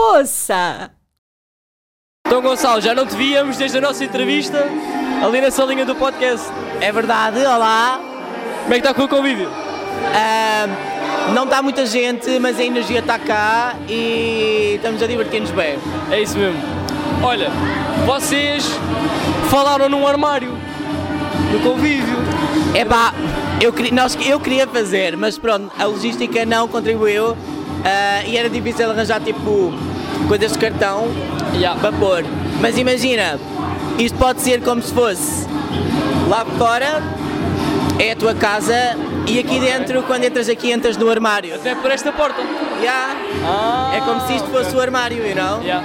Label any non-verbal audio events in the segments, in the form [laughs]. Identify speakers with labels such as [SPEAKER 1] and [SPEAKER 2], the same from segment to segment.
[SPEAKER 1] Massa!
[SPEAKER 2] Então, Gonçalo, já não te víamos desde a nossa entrevista ali na salinha do podcast.
[SPEAKER 1] É verdade, olá!
[SPEAKER 2] Como é que está com o convívio?
[SPEAKER 1] Ahm, não está muita gente, mas a energia está cá e estamos a divertir-nos bem.
[SPEAKER 2] É isso mesmo. Olha, vocês falaram num armário no convívio.
[SPEAKER 1] Epá, eu, queri- nós, eu queria fazer, mas pronto, a logística não contribuiu ah, e era difícil arranjar tipo coisas de cartão
[SPEAKER 2] Yeah.
[SPEAKER 1] para pôr. Mas imagina, isto pode ser como se fosse lá fora é a tua casa e aqui dentro, quando entras aqui, entras no armário.
[SPEAKER 2] Até por esta porta.
[SPEAKER 1] Yeah.
[SPEAKER 2] Ah.
[SPEAKER 1] É como se isto fosse o armário, you know?
[SPEAKER 2] Yeah.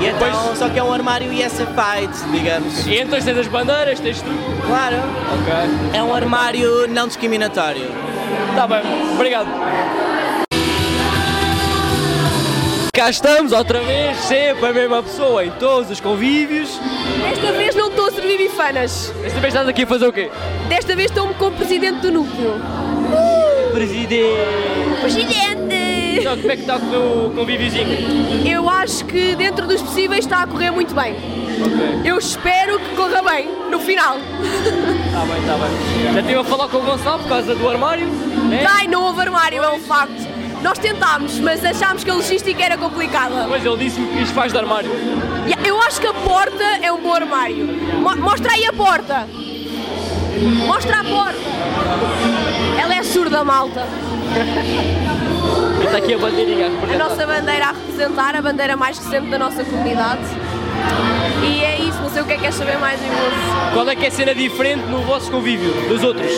[SPEAKER 1] E então,
[SPEAKER 2] Pois.
[SPEAKER 1] só que é um armário USFied, digamos.
[SPEAKER 2] E Entras, tens as bandeiras, tens tudo.
[SPEAKER 1] Claro.
[SPEAKER 2] Ok.
[SPEAKER 1] É um armário não discriminatório.
[SPEAKER 2] Tá bem, obrigado. Cá estamos outra vez, sempre a mesma pessoa em todos os convívios.
[SPEAKER 3] Desta vez não estou a servir bifanas.
[SPEAKER 2] Esta vez estás aqui a fazer o quê?
[SPEAKER 3] Desta vez estou-me com o presidente do núcleo.
[SPEAKER 2] Presidente!
[SPEAKER 3] Presidente!
[SPEAKER 2] Então, como é que está o teu convíviozinho?
[SPEAKER 3] Eu acho que dentro dos possíveis está a correr muito bem. Eu espero que corra bem no final.
[SPEAKER 2] Tá bem, tá bem. Já estive a falar com o Gonçalo por causa do armário, né?
[SPEAKER 3] Ai, não houve armário, é um facto. Nós tentámos, mas achámos que a logística era complicada.
[SPEAKER 2] Mas ele disse-me que isto faz de armário.
[SPEAKER 3] E Eu acho que a porta é um bom armário. Mo- Mostra aí a porta. Mostra a porta. Ela é surda, malta.
[SPEAKER 2] E está aqui a bandeirinha a
[SPEAKER 3] a
[SPEAKER 2] representar.
[SPEAKER 3] nossa bandeira a representar, a bandeira mais recente da nossa comunidade. E é isso, não sei o que é que queres saber mais, Ivoso.
[SPEAKER 2] Qual é que é a cena diferente no vosso convívio dos outros?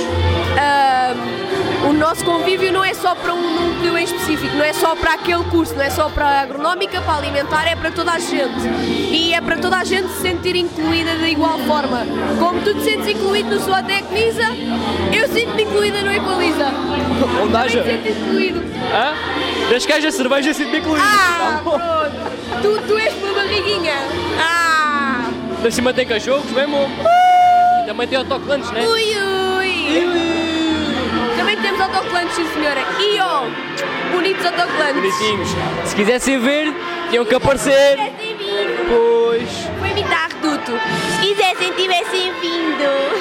[SPEAKER 3] O nosso convívio não é só para um núcleo em específico, não é só para aquele curso, não é só para a agronómica, para a alimentar, é para toda a gente. E é para toda a gente se sentir incluída de igual forma. Como tu te sentes incluído no Suadec Nisa, eu sinto-me incluída é no Equaliza.
[SPEAKER 2] Onde haja?
[SPEAKER 3] Também te sentes incluído.
[SPEAKER 2] Hã? Das caixas de cerveja sinto-me incluído.
[SPEAKER 3] Ah,
[SPEAKER 2] Tá bom.
[SPEAKER 3] pronto. Tu, tu és uma barriguinha. Ah,
[SPEAKER 2] Lá em cima tem cachorros mesmo. E também tem autocolantes, né?
[SPEAKER 3] ui, ui. Também temos autocolantes, sim senhora. E oh, bonitos autocolantes.
[SPEAKER 2] Bonitinhos. Se quisessem ver, tinham que aparecer.
[SPEAKER 4] tivessem vindo,
[SPEAKER 2] Pois.
[SPEAKER 3] Vou imitar tudo.
[SPEAKER 4] se quisessem tivessem vindo.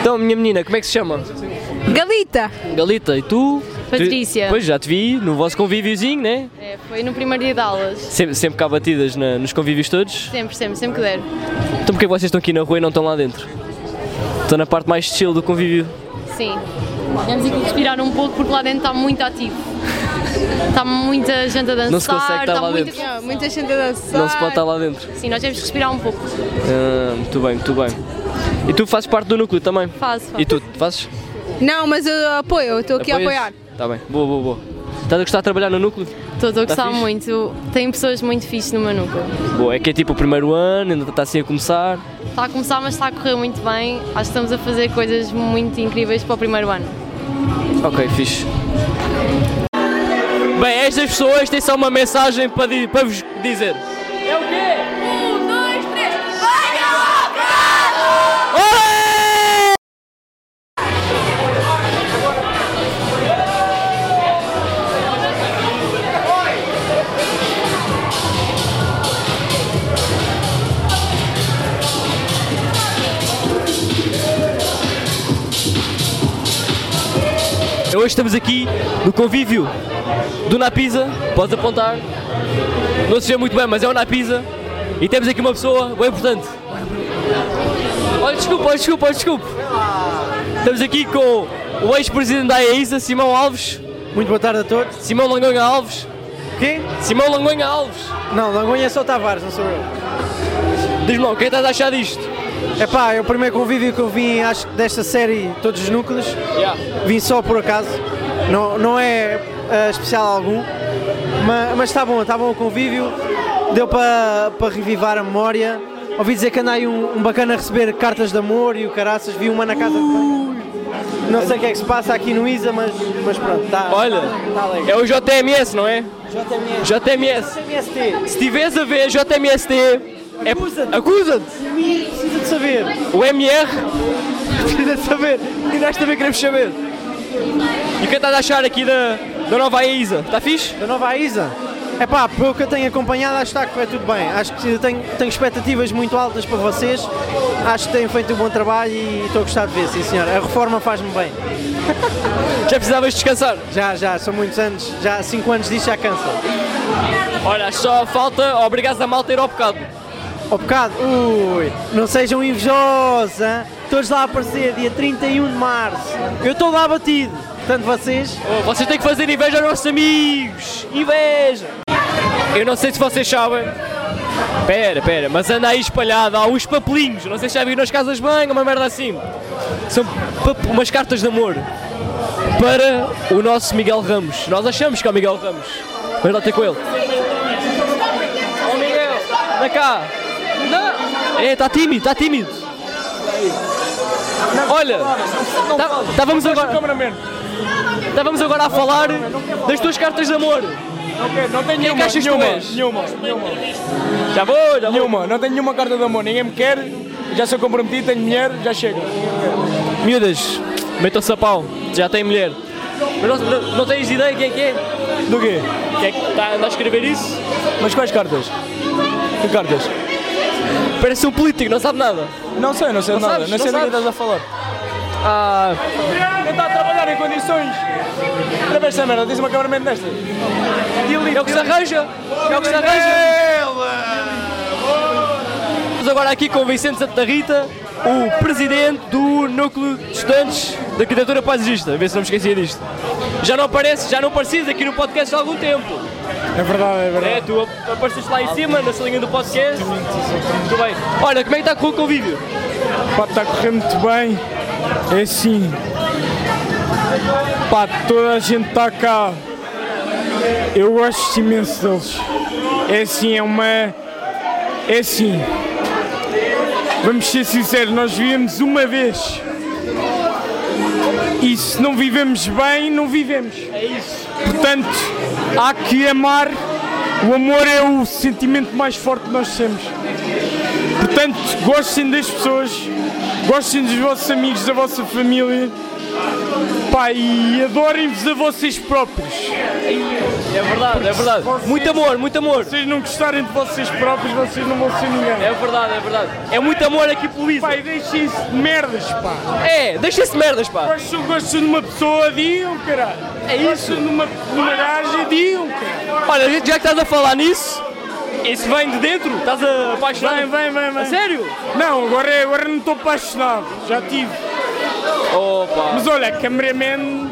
[SPEAKER 2] Então, minha menina, como é que se chama?
[SPEAKER 5] Galita!
[SPEAKER 2] Galita, e tu?
[SPEAKER 5] Patrícia.
[SPEAKER 2] Tu- Pois, já te vi no vosso convíviozinho, né?
[SPEAKER 5] É, foi no primeiro dia de aulas.
[SPEAKER 2] Sempre, sempre cá batidas na- nos convívios todos.
[SPEAKER 5] Sempre, sempre, sempre que der.
[SPEAKER 2] Então, porquê vocês estão aqui na rua e não estão lá dentro? Estão na parte mais chill do convívio.
[SPEAKER 5] Sim. Vamos aqui respirar um pouco porque lá dentro está muito ativo. Está muita gente a dançar.
[SPEAKER 2] Não se consegue estar
[SPEAKER 5] está
[SPEAKER 2] lá
[SPEAKER 5] muita...
[SPEAKER 2] dentro.
[SPEAKER 5] muita gente a dançar.
[SPEAKER 2] Não se pode estar lá dentro.
[SPEAKER 5] Sim, nós temos que respirar um pouco.
[SPEAKER 2] Ah, muito bem, muito bem. E tu fazes parte do núcleo também?
[SPEAKER 5] Faço, é faço.
[SPEAKER 2] E tu fazes?
[SPEAKER 6] Não, mas eu apoio, eu estou aqui a
[SPEAKER 2] Apoias?
[SPEAKER 6] apoiar.
[SPEAKER 2] Tá bem, boa, boa, boa. Estás a gostar de trabalhar no núcleo?
[SPEAKER 5] Estou estou a
[SPEAKER 2] Tá
[SPEAKER 5] gostar
[SPEAKER 2] fixe?
[SPEAKER 5] muito. Tem pessoas muito fixes no meu núcleo.
[SPEAKER 2] Boa, é que é tipo o primeiro ano, ainda está assim a começar.
[SPEAKER 5] Está a começar, mas está a correr muito bem. Acho que estamos a fazer coisas muito incríveis para o primeiro ano.
[SPEAKER 2] Ok, fixe. Bem, estas pessoas têm só uma mensagem para, di- para vos dizer.
[SPEAKER 3] Um, dois, três.
[SPEAKER 2] Hoje estamos aqui no convívio do Napisa, podes apontar. Não se vê muito bem, mas é o Napisa. E temos aqui uma pessoa bem importante. Olha, desculpa, olha, desculpa, olha, desculpa. Estamos aqui com o ex-presidente da AESA, Simão Alves.
[SPEAKER 7] Muito boa tarde a todos.
[SPEAKER 2] Simão Langonha Alves.
[SPEAKER 7] Quem?
[SPEAKER 2] Simão Langonha Alves.
[SPEAKER 7] Não, Langonha é só Tavares, não sou eu.
[SPEAKER 2] Diz-me lá, o que é que estás a achar disto?
[SPEAKER 7] Epá, é o primeiro convívio que eu vim, acho, desta série Todos os Núcleos. Vim só por acaso. Não, não é ah, especial algum. Mas, mas está bom, está bom o convívio. Deu para para revivar a memória. Ouvi dizer que anda aí um, um bacana a receber cartas de amor e o caraças. Vi uma na casa de banho. Não sei o que é que se passa aqui no Isa, mas, mas pronto, está
[SPEAKER 2] Olha,
[SPEAKER 7] tá alegre.
[SPEAKER 2] é o JMS, não é?
[SPEAKER 7] JMS.
[SPEAKER 2] JMS.
[SPEAKER 7] JMST.
[SPEAKER 2] Se tiveres a ver JMST, é-
[SPEAKER 7] Acusa-te.
[SPEAKER 2] acusa-te.
[SPEAKER 7] O I precisa de saber.
[SPEAKER 2] O MR.
[SPEAKER 7] Precisa de saber. E nós também queremos saber.
[SPEAKER 2] E o que estás a achar aqui da, da nova Isa? Está fixe?
[SPEAKER 7] Da nova Isa? É pá, pelo que eu tenho acompanhado, acho que está a correr tudo bem. Acho que tenho, tenho expectativas muito altas para vocês. Acho que têm feito um bom trabalho e estou a gostar de ver, sim senhor. A reforma faz-me bem.
[SPEAKER 2] Já precisavas descansar?
[SPEAKER 7] Já, já, são muitos anos. Já há 5 anos disso já cansa.
[SPEAKER 2] Olha, só falta obrigares a malta a ir ao bocado.
[SPEAKER 7] Ao bocado, ui, não sejam invejosos, hein? Todos lá a aparecer, dia 31 de março. Eu estou lá batido. Portanto, vocês,
[SPEAKER 2] Oh, Vocês têm que fazer inveja aos nossos amigos! Inveja! Eu não sei se vocês sabem. Pera, pera, mas anda aí espalhado, há uns papelinhos, não sei se já viram nas casas de banho, uma merda assim. São pap- umas cartas de amor para o nosso Miguel Ramos. Nós achamos que é o Miguel Ramos. Vamos lá ter com ele. Ó Miguel, vem cá! Não! É, está tímido, está tímido! Olha! tá- Estávamos agora. Estávamos Então agora a falar das tuas cartas de amor.
[SPEAKER 8] Não tenho
[SPEAKER 2] Quem é que
[SPEAKER 8] nenhuma,
[SPEAKER 2] achas que tu
[SPEAKER 8] nenhuma,
[SPEAKER 2] és?
[SPEAKER 8] nenhuma, nenhuma,
[SPEAKER 2] Já vou, já vou.
[SPEAKER 8] nenhuma. Não tenho nenhuma carta de amor. Ninguém me quer, já sou comprometido, tenho mulher, já chega.
[SPEAKER 2] Miúdas, metam-se a pau, já tem mulher. Mas não, não- não tens ideia quem é que é?
[SPEAKER 8] Do quê?
[SPEAKER 2] Quem é que está a escrever isso?
[SPEAKER 8] Mas quais cartas? Que cartas?
[SPEAKER 2] Parece um político, não sabe nada.
[SPEAKER 8] Não sei, não sei
[SPEAKER 2] Não
[SPEAKER 8] nada.
[SPEAKER 2] sabes,
[SPEAKER 8] não sei
[SPEAKER 2] não
[SPEAKER 8] do que
[SPEAKER 2] sabes.
[SPEAKER 8] estás a falar.
[SPEAKER 2] Ah,
[SPEAKER 8] Não está a trabalhar em condições. Através essa merda, tens uma cameraman desta.
[SPEAKER 2] é o que se arranja, é o que se arranja. Estamos agora aqui com o Vicente Santa Rita, o presidente do Núcleo de Estudantes da Arquitetura Paisagista. A ver se não me esquecia disto. Já não aparece, já não apareces aqui no podcast há algum tempo.
[SPEAKER 8] É verdade, é
[SPEAKER 2] É, tu ap- apareceste lá em cima, na salinha do podcast. Muito bem. Olha, como é que está a correr o convívio?
[SPEAKER 8] Pá, está a correr muito bem. É assim. Pá, toda a gente está cá. Eu gosto imenso deles. É assim, é uma. É assim. Vamos ser sinceros, nós vivemos uma vez. E se não vivemos bem, não vivemos. É isso. Portanto, há que amar. O amor é o sentimento mais forte que nós temos. Portanto, gostem das pessoas, gostem dos vossos amigos, da vossa família. Pá, e adorem-vos a vocês próprios.
[SPEAKER 2] É verdade, é verdade. Muito amor, muito amor.
[SPEAKER 8] Se vocês não gostarem de vocês próprios, vocês não vão ser ninguém.
[SPEAKER 2] É verdade, é verdade. É muito amor aqui pelo Isa.
[SPEAKER 8] Pá, e deixem-se de merdas, pá.
[SPEAKER 2] É, deixa-se de merdas, pá.
[SPEAKER 8] Gostam, gostam de uma pessoa, digam, caralho. É isso. Gostam de uma, de uma gaja, digam, caralho.
[SPEAKER 2] Olha, já que estás a falar nisso, isso vem de dentro? Estás a apaixonar?
[SPEAKER 8] Vem, vem, vem, vem.
[SPEAKER 2] A sério?
[SPEAKER 8] Não, agora, é- agora não estou apaixonado. Já tive.
[SPEAKER 2] Opa,
[SPEAKER 8] Mas olha, cameraman,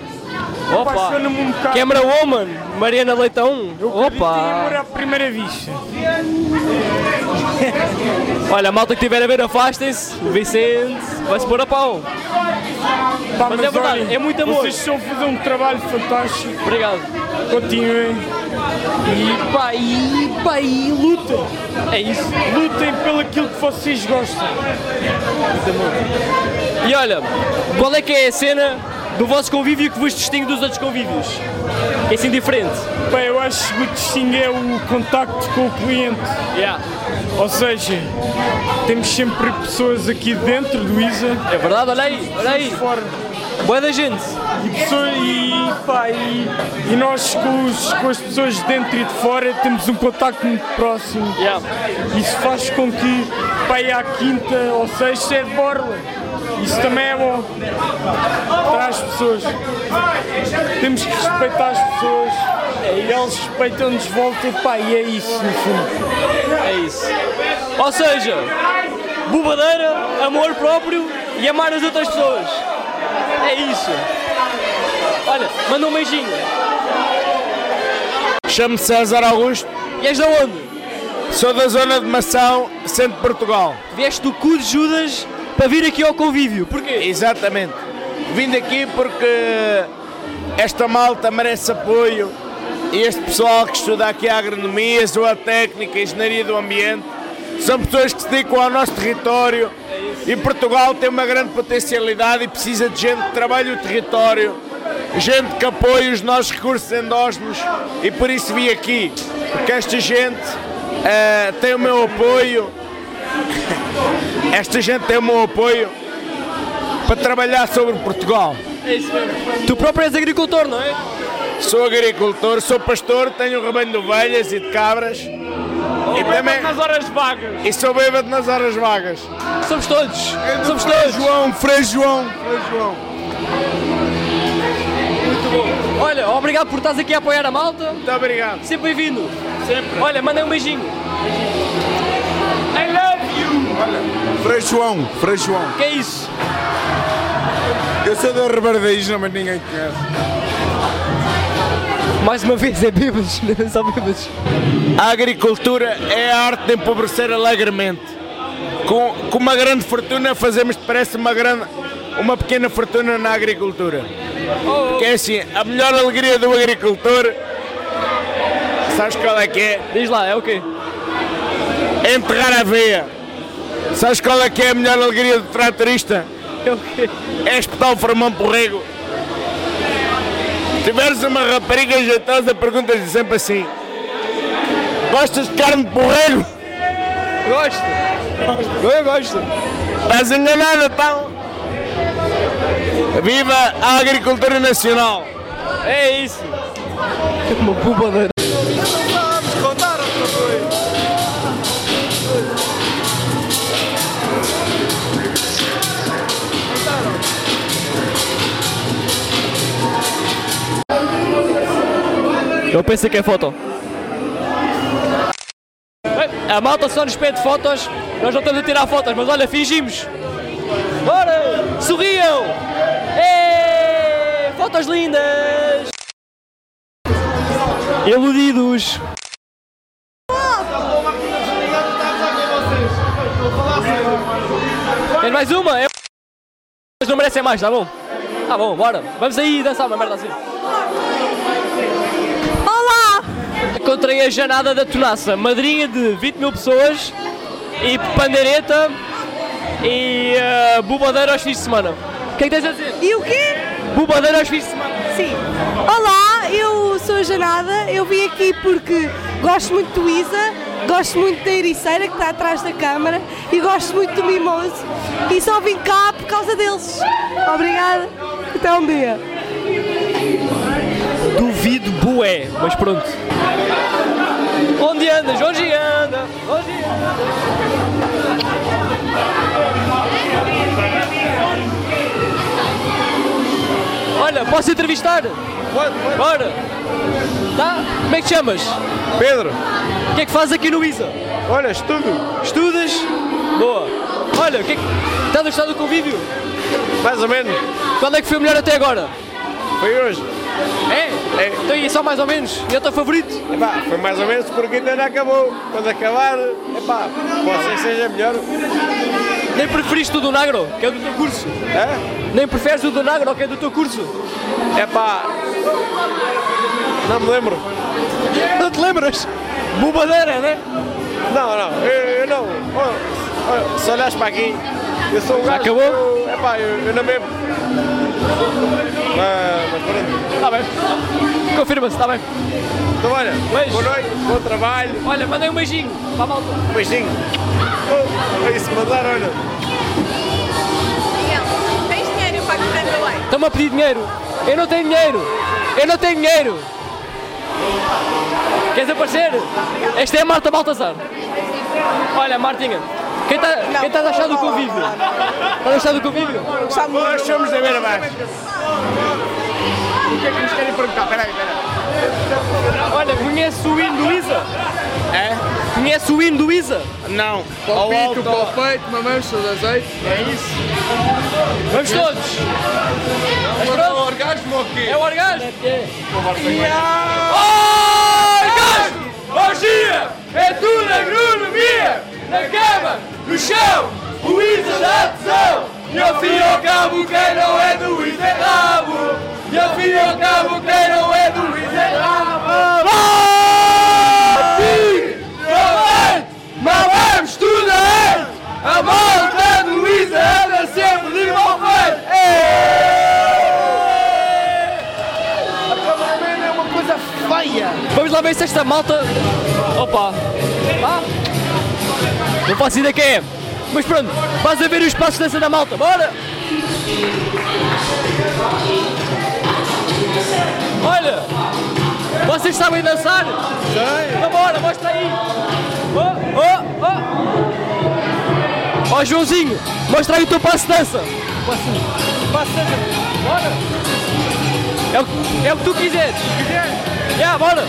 [SPEAKER 2] opa.
[SPEAKER 8] apaixona-me um bocado.
[SPEAKER 2] Camera Woman, Mariana Leitão.
[SPEAKER 8] Amor
[SPEAKER 2] Opa.
[SPEAKER 8] à primeira vista.
[SPEAKER 2] Olha, a malta que estiver a ver, afastem-se. O Vicente vai-se pôr a pau.
[SPEAKER 8] Pá,
[SPEAKER 2] Mas é verdade, é muito amor.
[SPEAKER 8] Vocês estão a fazer um trabalho fantástico.
[SPEAKER 2] Obrigado.
[SPEAKER 8] Continuem. E pá, e pá, e lutem.
[SPEAKER 2] É isso.
[SPEAKER 8] Lutem pelo aquilo que vocês gostam.
[SPEAKER 2] E olha, qual é que é a cena do vosso convívio que vos distingue dos outros convívios? Que é assim diferente.
[SPEAKER 8] Pá, eu acho que o distingue é o contacto com o cliente.
[SPEAKER 2] Yeah.
[SPEAKER 8] Ou seja, temos sempre pessoas aqui dentro do ISA
[SPEAKER 2] É verdade, olha aí, olha aí.
[SPEAKER 8] e fora.
[SPEAKER 2] Boa da gente.
[SPEAKER 8] E, pessoas, e, pá, e, e nós com, os- com as pessoas de dentro e de fora temos um contacto muito próximo.
[SPEAKER 2] Yeah.
[SPEAKER 8] Isso faz com que vai à quinta ou sexta é de borla. Isso também é bom. Para as pessoas. Temos que respeitar as pessoas. É, Eles respeitam-nos de volta pá, e é isso no fundo.
[SPEAKER 2] É isso. Ou seja, bobadeira, amor próprio e amar as outras pessoas. É isso. Olha, manda um beijinho.
[SPEAKER 9] Chamo-me César Augusto,
[SPEAKER 2] E és de onde?
[SPEAKER 9] sou da zona de Mação, centro de Portugal.
[SPEAKER 2] Vieste do cu de Judas para vir aqui ao convívio. Porquê?
[SPEAKER 9] Exatamente. Vim daqui porque esta malta merece apoio e este pessoal que estuda aqui a agronomia, zootécnica, engenharia do ambiente, são pessoas que se dedicam ao nosso território,
[SPEAKER 8] E Portugal tem uma grande potencialidade e precisa de gente que trabalhe o território, gente que apoie os nossos recursos endógenos e por isso vim aqui, porque esta gente eh, tem o meu apoio, [laughs] esta gente tem o meu apoio para trabalhar sobre Portugal.
[SPEAKER 2] Tu próprio és agricultor, não é?
[SPEAKER 8] Sou agricultor, sou pastor, tenho um rebanho de ovelhas e de cabras. e também nas horas vagas. E sou bêbado nas horas vagas.
[SPEAKER 2] Somos todos. Somos
[SPEAKER 8] Frei
[SPEAKER 2] todos.
[SPEAKER 8] João, Frei João.
[SPEAKER 2] Olha, obrigado por estás aqui a apoiar a malta.
[SPEAKER 8] Muito obrigado.
[SPEAKER 2] Sempre bem-vindo. Sempre. Olha, mandei um beijinho.
[SPEAKER 10] Frei João, Frei João.
[SPEAKER 2] Que é isso?
[SPEAKER 10] Eu sou da Rebardismo, mas ninguém conhece.
[SPEAKER 2] Mais uma vez, é bêbados. [laughs] Só bêbados.
[SPEAKER 8] A agricultura é a arte de empobrecer alegremente. Com, com uma grande fortuna fazemos parece uma grande uma pequena fortuna na agricultura. Porque é assim, a melhor alegria do agricultor, sabes qual é que é?
[SPEAKER 2] Diz lá, é o quê?
[SPEAKER 8] É enterrar a veia. Sabes qual é que é a melhor alegria do tratorista?
[SPEAKER 2] É o quê?
[SPEAKER 8] É espetar o formão porrego. Se tiveres uma rapariga jeitosa, perguntas-lhe sempre assim: Gostas de carne de porrego?
[SPEAKER 2] Gosto. Eu gosto.
[SPEAKER 8] Estás enganada, pão! Viva a agricultura nacional!
[SPEAKER 2] É isso. Uma bombadeira. Eu pensei que é foto. A malta só nos pede fotos, nós não estamos a tirar fotos, mas olha, fingimos. Bora! Sorriam! Ê, Fotos lindas! Iludidos! Tem mais uma? É... Mas não merecem mais, tá bom? Tá bom, bora. Vamos aí dançar uma merda assim. Encontrei a Janada da Tonaça, madrinha de 20 mil pessoas e pandeireta e uh, bubadeira aos fins de semana. O que é que tens a dizer?
[SPEAKER 11] E o quê?
[SPEAKER 2] Bubadeira aos fins de semana.
[SPEAKER 11] Sim. Olá, eu sou a Janada, eu vim aqui porque gosto muito do Isa, gosto muito da Ericeira que está atrás da câmara e gosto muito do Mimoso e só vim cá por causa deles. Obrigada, até um dia.
[SPEAKER 2] Duvido bué, mas pronto. Onde andas? Onde anda? Onde anda? Olha, posso entrevistar? Bora! Tá? Como é que te chamas?
[SPEAKER 8] Pedro,
[SPEAKER 2] O que é que fazes aqui no ISA?
[SPEAKER 8] olha, estudo,
[SPEAKER 2] Estudas? Boa. Olha, o que é que... Está a gostar do convívio?
[SPEAKER 8] mais ou menos,
[SPEAKER 2] Qual é que foi o melhor até agora?
[SPEAKER 8] foi hoje.
[SPEAKER 2] É?
[SPEAKER 8] É.
[SPEAKER 2] Então e só mais ou menos? E é o teu favorito?
[SPEAKER 8] Epá, foi mais ou menos porque ainda não acabou. Quando acabar, epá, pode ser que seja melhor.
[SPEAKER 2] Nem preferiste o do Nagro, que é do teu curso?
[SPEAKER 8] É?
[SPEAKER 2] Nem preferes o do Nagro, que é do teu curso?
[SPEAKER 8] Epá, não me lembro.
[SPEAKER 2] Não te lembras? Bobadeira, né?
[SPEAKER 8] Não, não, eu, eu não. Olha, olha, se olhares para aqui, eu sou um
[SPEAKER 2] Já
[SPEAKER 8] gajo.
[SPEAKER 2] acabou?
[SPEAKER 8] Eu, epá, eu, eu não bebo. Mas, mas pronto.
[SPEAKER 2] Está bem. Confirma-se, está bem.
[SPEAKER 8] Então olha,
[SPEAKER 2] Beijo.
[SPEAKER 8] boa noite, bom trabalho.
[SPEAKER 2] Olha, mandei um beijinho para a malta.
[SPEAKER 8] Beijinho. Oh, é isso, mandar, olha.
[SPEAKER 3] Miguel, tens dinheiro para comprar também?
[SPEAKER 2] Estão-me a pedir dinheiro. Eu não tenho dinheiro. Eu não tenho dinheiro. Queres aparecer? Esta é a Marta Baltazar. Olha, Martinha, quem está quem tá a achar do convívio? Está a achar do convívio?
[SPEAKER 8] Nós somos da beira abaixo. O que é que nos querem perguntar? Espera aí, espera
[SPEAKER 2] Olha, conhece o hino do Isa?
[SPEAKER 8] É?
[SPEAKER 2] Conhece o hino do Isa?
[SPEAKER 8] Não. Ao alto, ao-
[SPEAKER 12] peito, mamães, de azeite.
[SPEAKER 8] É isso.
[SPEAKER 2] Vamos todos! Mas pronto,
[SPEAKER 12] Orgasmo ou quê?
[SPEAKER 2] é o orgasmo!
[SPEAKER 12] Orgia! É tudo na agronomia! Na cama, no chão, o Isa da tesão! E ao fim e ao cabo, quem não é do Isa é rabo! E ao fim e ao cabo, quem não é do Isa é rabo! Sim! Não é! Mas vamos tudo é! A malta do Isa
[SPEAKER 2] esta malta. Opa! Ah. Não faço ideia quem é! Mas pronto, vais a ver os passos dessa da malta, bora! Olha! Vocês sabem dançar? Sei! Então bora, mostra aí! Oh, oh, oh! Ó Joãozinho, mostra aí o teu passo de dança! Passo de dança! Bora! É o, que- é o que tu quiseres! Quiseres! Yeah, bora!